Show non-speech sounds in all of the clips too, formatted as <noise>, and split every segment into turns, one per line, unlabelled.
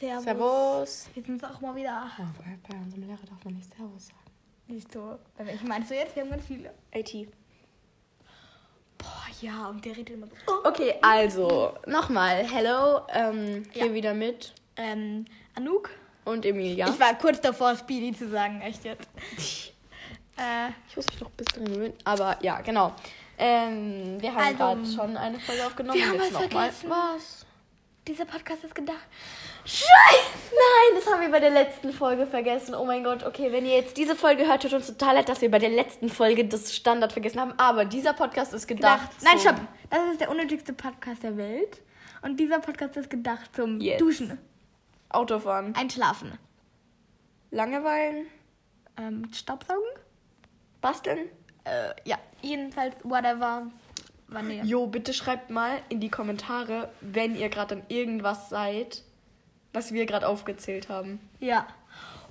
Servus.
Servus.
Wir sind auch mal wieder.
Oh, bei- bei unserem Lehrer darf man nicht Servus sagen.
Nicht so. Bei welchem meinst du jetzt? Wir haben ganz viele.
IT.
Boah, ja, und der redet immer so. Oh.
Okay, also nochmal. Hello, ähm, hier
Ja.
wieder mit
Ähm, Anouk?
und Emilia.
Ich war kurz davor, Speedy zu sagen, echt jetzt. äh,
Ich muss mich noch ein bisschen dran gewöhnen, aber ja, genau. Ähm, wir haben gerade
Also,
schon eine Folge aufgenommen.
wir haben
jetzt
was
noch mal-
vergessen.
Was?
dieser Podcast ist gedacht.
Scheiße! Nein, das haben wir bei der letzten Folge vergessen. Oh mein Gott, okay, wenn ihr jetzt diese Folge hört, tut uns total leid, dass wir bei der letzten Folge das Standard vergessen haben. Aber dieser Podcast ist gedacht.
Nein,
zum-
stopp. Das ist der unnötigste Podcast der Welt. Und dieser Podcast ist gedacht zum
Jetzt.
Duschen.
Autofahren.
Einschlafen.
Langeweilen.
Ähm, Staubsaugen?
Basteln.
Äh, ja. Jedenfalls, whatever. Wann ihr-
Jo, bitte schreibt mal in die Kommentare, wenn ihr gerade an irgendwas seid, was wir gerade aufgezählt haben.
Ja.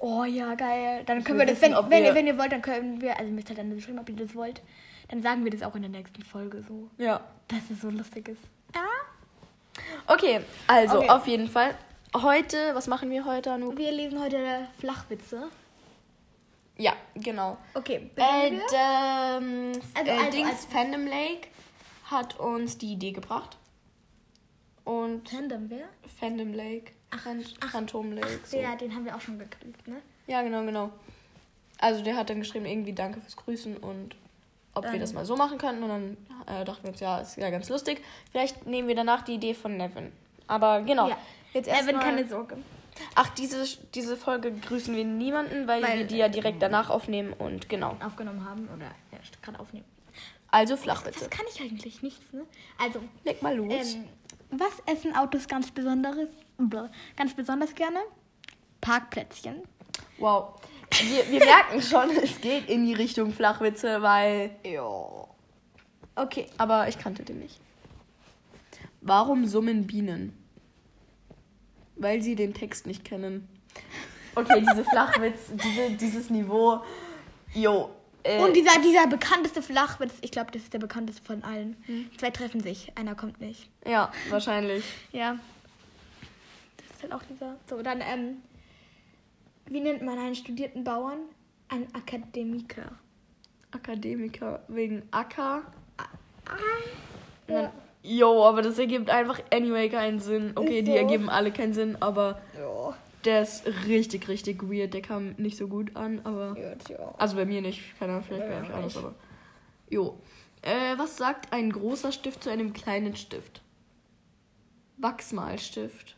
Oh ja, geil. Dann können wir
will
das,
wissen,
wenn,
ob
wenn, ihr,
wir-
wenn ihr wollt, dann können wir, also ihr müsst halt dann schreiben, ob ihr das wollt, dann sagen wir das auch in der nächsten Folge so,
Ja.
dass es so lustig ist.
Okay, also
Okay.
auf jeden Fall. Heute, was machen wir heute, Anouk?
Wir lesen heute Flachwitze.
Ja, genau.
Okay,
Äh,
beginnen wir?
ähm,
Also,
äh,
also,
Dings
also-
Fandom Lake hat uns die Idee gebracht. Und
Random, wer?
Fandom Lake.
Ach,
Phan-
ach,
Phantom Lake. so.
Ja, den haben wir auch schon gekriegt, ne?
Ja, genau, genau. Also der hat dann geschrieben, irgendwie danke fürs Grüßen und ob wir
Ähm.
das mal so machen könnten. Und dann äh, dachten wir uns, ja, ist ja ganz lustig. Vielleicht nehmen wir danach die Idee von Nevin. Aber genau.
Ja.
Jetzt
Evan,
erstmal.
Äh, keine Sorge.
Ach, diese, diese Folge grüßen wir niemanden, weil,
Weil, Mhm.
wir die ja direkt danach aufnehmen und genau.
Aufgenommen haben oder ja, gerade aufnehmen.
Also
Das
Flachwitze.
kann ich eigentlich nichts, ne? Also,
Leg mal los.
ähm, was essen Autos ganz besonderes, bläh, ganz besonders gerne? Parkplätzchen.
wow. Wir, wir merken schon, es geht in die Richtung Flachwitze, weil.
Ja. Okay.
Aber ich kannte den nicht. Warum summen Bienen? Weil sie den Text nicht kennen. Okay, diese Flachwitz, diese, dieses Niveau. Jo. Äh,
Und dieser, dieser bekannteste Flachwitz, ich glaube, das ist der bekannteste von allen.
Hm.
Zwei treffen sich, einer kommt nicht.
ja, wahrscheinlich.
Ja. Das ist halt auch dieser. So, dann, ähm, wie nennt man einen studierten Bauern? Ein Akademiker.
Akademiker wegen Acker.
Ah. Ja.
Jo, aber das ergibt einfach anyway keinen Sinn. Okay,
Ist
die
so.
ergeben alle keinen Sinn, aber der ist richtig, richtig weird. Der kam nicht so gut an, aber. Also bei mir nicht, keine Ahnung, vielleicht
Bei mir
bei euch
auch
anders,
nicht.
aber. Jo. Äh, was sagt ein großer Stift zu einem kleinen Stift? Wachsmalstift.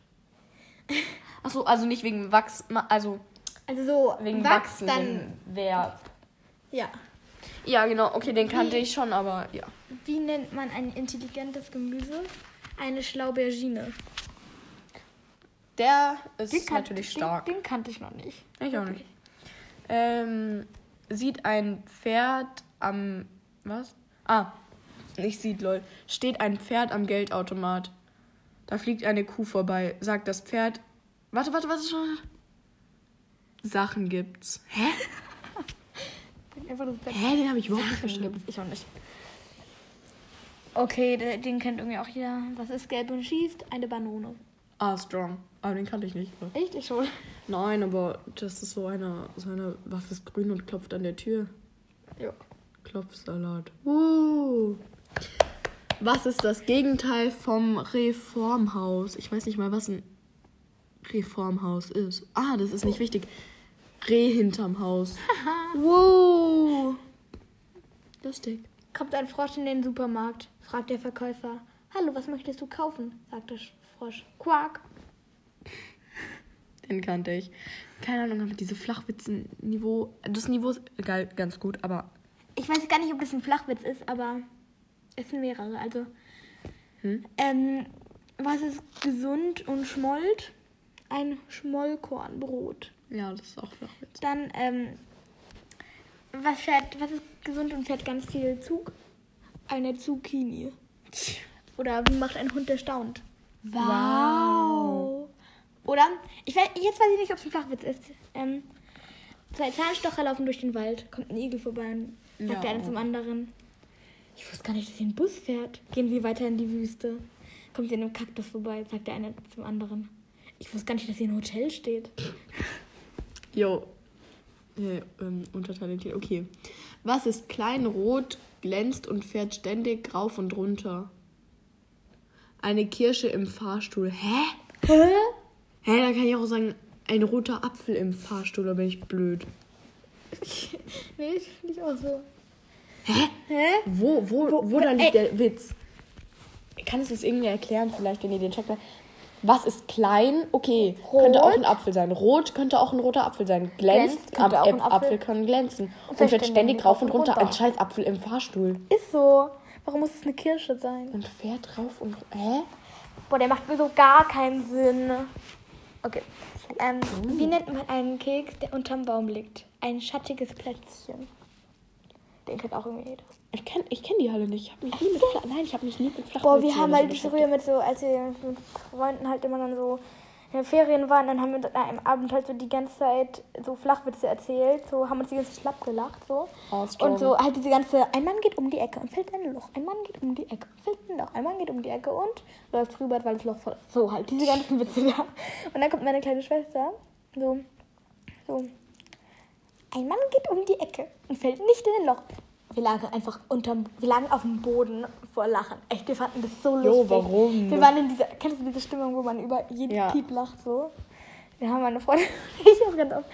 Achso, also nicht wegen Wachs, also
Also so,
wegen
Wachs,
Wachsen
dann.
Verb.
Ja.
Ja, genau, okay, den kannte
Wie-
ich schon, aber ja.
Wie nennt man ein intelligentes Gemüse? Eine Schlaubergine.
Der ist
Den, den kannte ich noch nicht.
Ich auch nicht. Ähm, sieht ein Pferd am. Was? Ah, nicht sieht, lol. Steht ein Pferd am Geldautomat. Da fliegt eine Kuh vorbei. Sagt das Pferd. Warte, warte, warte, schon. Sachen gibt's. Hä?
Einfach das Bett.
Hä, den habe ich überhaupt nicht
Sachen
verstanden.
gibt's, ich auch nicht. Okay, de- den kennt irgendwie auch jeder. Was ist gelb und schießt? Eine Banone.
Ah, strong. Aber den kannte ich nicht.
Echt? Ich schon.
Nein, aber das ist so einer. So einer. Was ist grün und klopft an der Tür?
Ja.
Klopfsalat. Uh. Was ist das Gegenteil vom Reformhaus? Ich weiß nicht mal, was ein Reformhaus ist. Ah, das ist nicht wichtig. Reh hinterm Haus. <laughs> wow. Lustig.
Kommt ein Frosch in den Supermarkt, fragt der Verkäufer. Hallo, was möchtest du kaufen? sagt der Sch- Frosch. Quark.
Den kannte ich. Keine Ahnung, aber diese Flachwitzen-Niveau. Das Niveau ist egal, ganz gut, aber.
Ich weiß gar nicht, ob das ein Flachwitz ist, aber es sind mehrere. Also, ähm, was ist gesund und schmollt? Ein Schmollkornbrot.
Ja, das ist auch Flachwitz.
Dann, ähm, was, fährt, was ist gesund und fährt ganz viel Zug? Eine
<laughs>
Zucchini. Oder wie macht ein Hund erstaunt?
Wow.
Oder, ich weiß, jetzt weiß ich nicht, ob es ein Flachwitz ist. Ähm, zwei Zahnstocher laufen durch den Wald, kommt ein Igel vorbei und sagt
Ja.
der eine zum anderen. Ich wusste gar nicht, dass hier ein Bus fährt. Gehen sie weiter in die Wüste. Kommt sie an einem Kaktus vorbei, sagt der eine zum anderen. Ich wusste gar nicht, dass hier ein Hotel steht.
Jo. Äh, ähm, untertalentiert. Okay. Was ist klein, rot, glänzt und fährt ständig rauf und runter? Eine Kirsche im Fahrstuhl. Hä?
Hä?
Hä, da kann ich auch sagen, ein roter Apfel im Fahrstuhl, da bin ich blöd.
nee, ich finde ich auch so.
Hä?
Hä?
Wo, wo, wo,
Wo-
da liegt
ey.
der Witz? Kann es uns irgendwer erklären, vielleicht, wenn ihr den checkt? Was ist klein? Okay, könnte auch ein Apfel sein. Rot könnte auch ein roter Apfel sein. Glänzt,
Glänzt könnte
ab-
auch ein
Apfel,
Apfel-
können glänzen. Und
fällt
fährt ständig rauf und runter. Ein
runter.
scheiß Apfel im Fahrstuhl.
Ist so. Warum muss es eine Kirsche sein?
Und fährt rauf und. Hä?
Boah, der macht mir so gar keinen Sinn. Okay. Ähm, Wie nennt man einen Keks, der unterm Baum liegt? Ein schattiges Plätzchen. Den kennt auch irgendwie jeder.
Ich kenne ich kenn die alle nicht. Ich habe mich nie mit Fla Nein, ich habe mich nie mit Flachwitz
Boah, wir haben halt früher mit so, als wir mit Freunden halt immer dann so in den Ferien waren, dann haben wir uns an einem Abend halt so die ganze Zeit so Flachwitze erzählt, so haben uns die ganze Zeit schlapp gelacht, so.
Oh, strong.
und so halt diese ganze, ein Mann geht um die Ecke und fällt in ein Loch, ein Mann geht um die Ecke und fällt in ein Loch, ein Mann geht um die Ecke und läuft rüber, weil das Loch voll ist. So halt diese ganzen Witze da. Und dann kommt meine kleine Schwester, so, so, ein Mann geht um die Ecke und fällt nicht in ein Loch. Wir lagen einfach unterm, wir lagen auf dem Boden vor Lachen. Echt, wir fanden das so lustig.
warum?
Wir waren in dieser, kennst du diese Stimmung, wo man über jeden
Ja.
Piep lacht so? Wir haben meine Freundin, <laughs> ich auch ganz oft,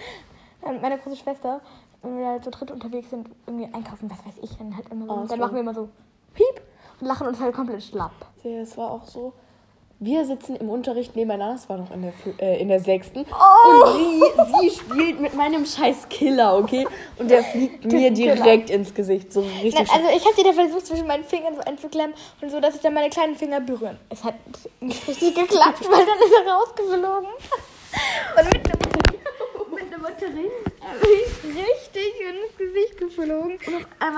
ähm, meine große Schwester, wenn wir halt so dritt unterwegs sind, irgendwie einkaufen, was weiß ich, dann halt immer so.
Oh,
dann
so.
machen wir immer so Piep und lachen uns halt komplett schlapp.
Das war auch so. Wir sitzen im Unterricht nebeneinander, das war noch in der, fü- äh, in der sechsten.
Oh!
Und sie, sie spielt mit meinem scheiß Killer, okay? Und der fliegt mir
Killer.
direkt ins Gesicht. So richtig.
Nein, also ich habe dir da versucht, zwischen meinen Fingern so einzuklemmen und so, dass ich dann meine kleinen Finger berühren. Es hat nicht richtig geklappt, weil dann ist er rausgeflogen. Und mit einem, mit einem Batterie habe ich richtig ins Gesicht geflogen.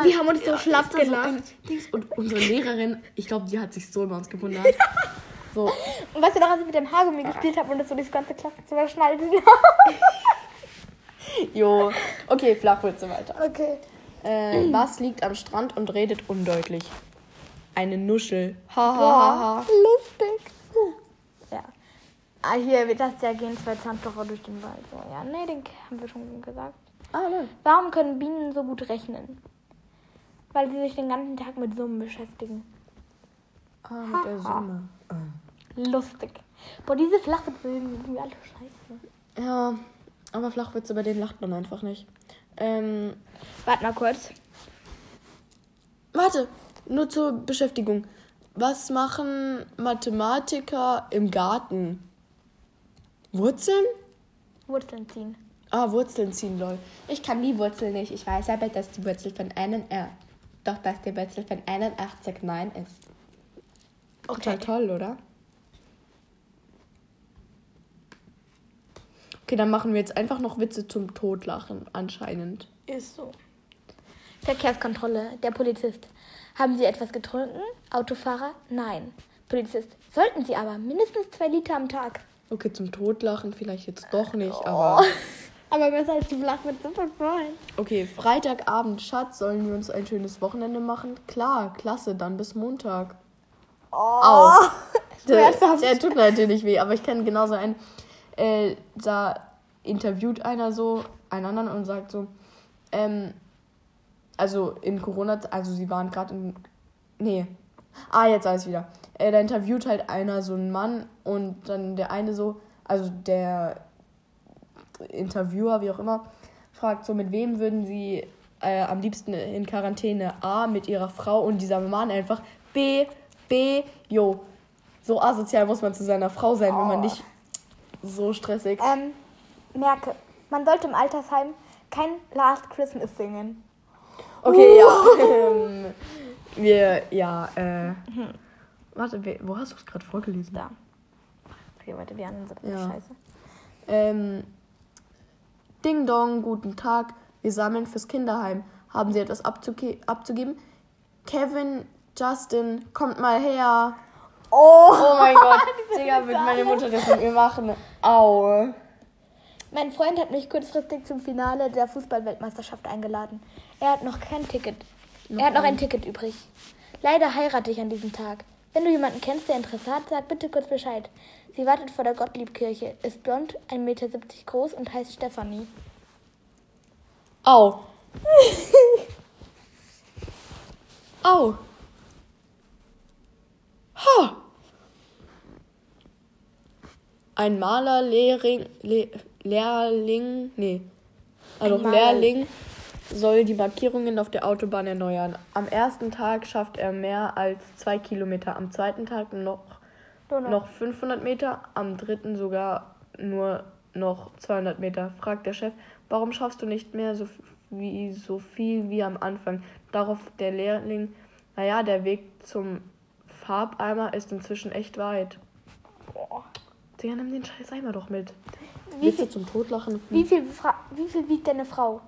Wir haben uns so schlapp
ist da so
gelacht.
ein Dings. Und unsere Lehrerin, ich glaube, die hat sich so über uns gewundert. <laughs> So,
Und weißt du noch, als ich mit dem Haargummi gespielt habe und das so das ganze Klassenzimmer <laughs> schnallte?
jo. Okay, Flachwitze weiter.
okay.
Äh, was liegt am Strand und redet undeutlich? Eine Nuschel. Ha, ha, ha,
Boah,
ha.
lustig. Ja. Ah, hier, das ja gehen zwei Zahnstocher durch den Wald. So, ja, nee, den haben wir schon gesagt.
Ah, nein.
Warum können Bienen so gut rechnen? Weil sie sich den ganzen Tag mit Summen beschäftigen.
Ah, mit der Summe.
Lustig. Boah, diese Flachwitze sind mir alle scheiße.
Ja, aber Flachwitze, bei denen lacht man einfach nicht. Ähm,
Warte mal kurz.
warte, nur zur Beschäftigung. Was machen Mathematiker im Garten? Wurzeln?
Wurzeln ziehen.
Ah, Wurzeln ziehen, lol. Ich kann die Wurzel nicht. Ich weiß aber, dass die Wurzel von einem R. Doch, dass die Wurzel von 81 9 ist. Total toll, oder? Okay, dann machen wir jetzt einfach noch Witze zum Totlachen, anscheinend.
Ist so. Verkehrskontrolle. Der Polizist. Haben Sie etwas getrunken? Autofahrer? Nein. Polizist. Sollten Sie aber. Mindestens zwei Liter am Tag.
Okay, zum Totlachen vielleicht jetzt doch nicht, aber.
<laughs> Aber besser als die Flachwitze von vorhin.
Okay, Freitagabend, Schatz, sollen wir uns ein schönes Wochenende machen? Klar, klasse, dann bis Montag. Au.
Oh.
Der,
Schmerzhaft.
der tut natürlich weh, aber ich kenne genauso einen, äh, da interviewt einer so einen anderen und sagt so, ähm, also in Corona, also sie waren gerade in, nee, ah, jetzt weiß ich wieder. Äh, da interviewt halt einer so einen Mann und dann der eine so, also der Interviewer, wie auch immer, fragt so, mit wem würden sie äh, am liebsten in Quarantäne? A, mit ihrer Frau und dieser Mann einfach B, B, jo. So asozial muss man zu seiner Frau sein, wenn man nicht so stressig.
Ähm, merke. Man sollte im Altersheim kein Last Christmas singen.
Okay, ja. <laughs> Ähm, wir, ja, äh. Warte, we- wo hast du es gerade vorgelesen?
Da. Okay, warte, wir anderen sind
Ja.
scheiße.
Ähm, Ding Dong, guten Tag. Wir sammeln fürs Kinderheim. Haben Sie etwas abzuge abzugeben? Kevin, Justin, kommt mal her.
Oh!
Oh mein <laughs> Gott, Digga, wird meine Mutter das mit mir machen. Au.
Mein Freund hat mich kurzfristig zum Finale der Fußballweltmeisterschaft eingeladen. Er hat noch kein Ticket. er hat noch ein Ticket übrig. Leider heirate ich an diesem Tag. Wenn du jemanden kennst, der Interesse hat, sag bitte kurz Bescheid. Sie wartet vor der Gottliebkirche, ist blond, 1,70 Meter groß und heißt Stefanie.
Au. <laughs> Au. Ha. Ein Malerlehrling, Le, Lehrling, nee, ah, doch,
Maler-
Lehrling soll die Markierungen auf der Autobahn erneuern. Am ersten Tag schafft er mehr als zwei Kilometer, am zweiten Tag noch
Nur
noch 500 Meter, am dritten sogar nur noch 200 Meter. Fragt der Chef, warum schaffst du nicht mehr so, f- wie, so viel wie am Anfang? Darauf der Lehrling, naja, der Weg zum Farbeimer ist inzwischen echt weit.
Boah.
Digga, nimm den scheiß Eimer doch mit.
Wie
Willst
viel,
du zum Totlachen?
wie, viel Fra- wie viel wiegt deine Frau?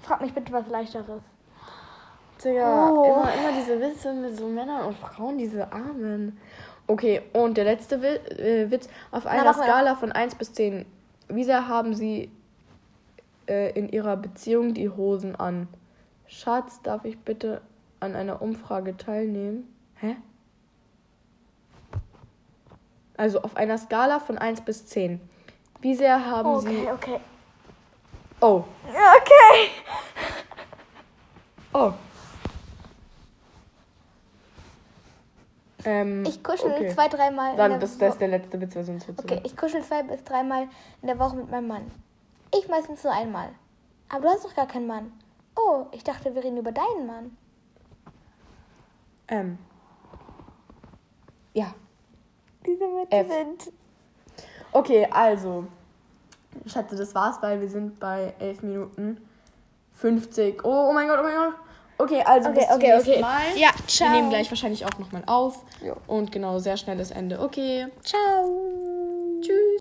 Frag mich bitte was Leichteres.
Digga,
Oh.
immer, immer diese Witze mit so Männern und Frauen, diese Armen. Okay, und der letzte Wi- äh, Witz. Auf einer
mach mal.
Skala von 1 bis 10. Wie sehr haben sie äh, in ihrer Beziehung die Hosen an? Schatz, darf ich bitte an einer Umfrage teilnehmen? Hä? Also auf einer Skala von 1 bis 10. Wie sehr haben sie.
Okay, okay.
Oh.
Okay.
Oh. Ähm,
Ich kuschel
okay.
zwei, dreimal. in
Dann,
der
das, das
Wo-
ist der letzte Witz, weil sonst wird's
Okay, ich kuschel zwei bis dreimal in der Woche mit meinem Mann. Ich meistens nur einmal. Aber du hast doch gar keinen Mann. Oh, ich dachte, wir reden über deinen Mann.
Ähm. Ja.
Diese Witze
F.
sind.
Okay, also. Schätze, das war's, weil wir sind bei 11 Minuten 50. Oh, oh mein Gott, oh mein Gott. Okay, also
Okay,
bis zum
okay,
nächsten
okay.
Mal.
Ja, ciao.
Wir nehmen gleich wahrscheinlich auch nochmal auf.
Jo.
Und genau, sehr schnelles Ende. Okay.
Ciao.
Tschüss.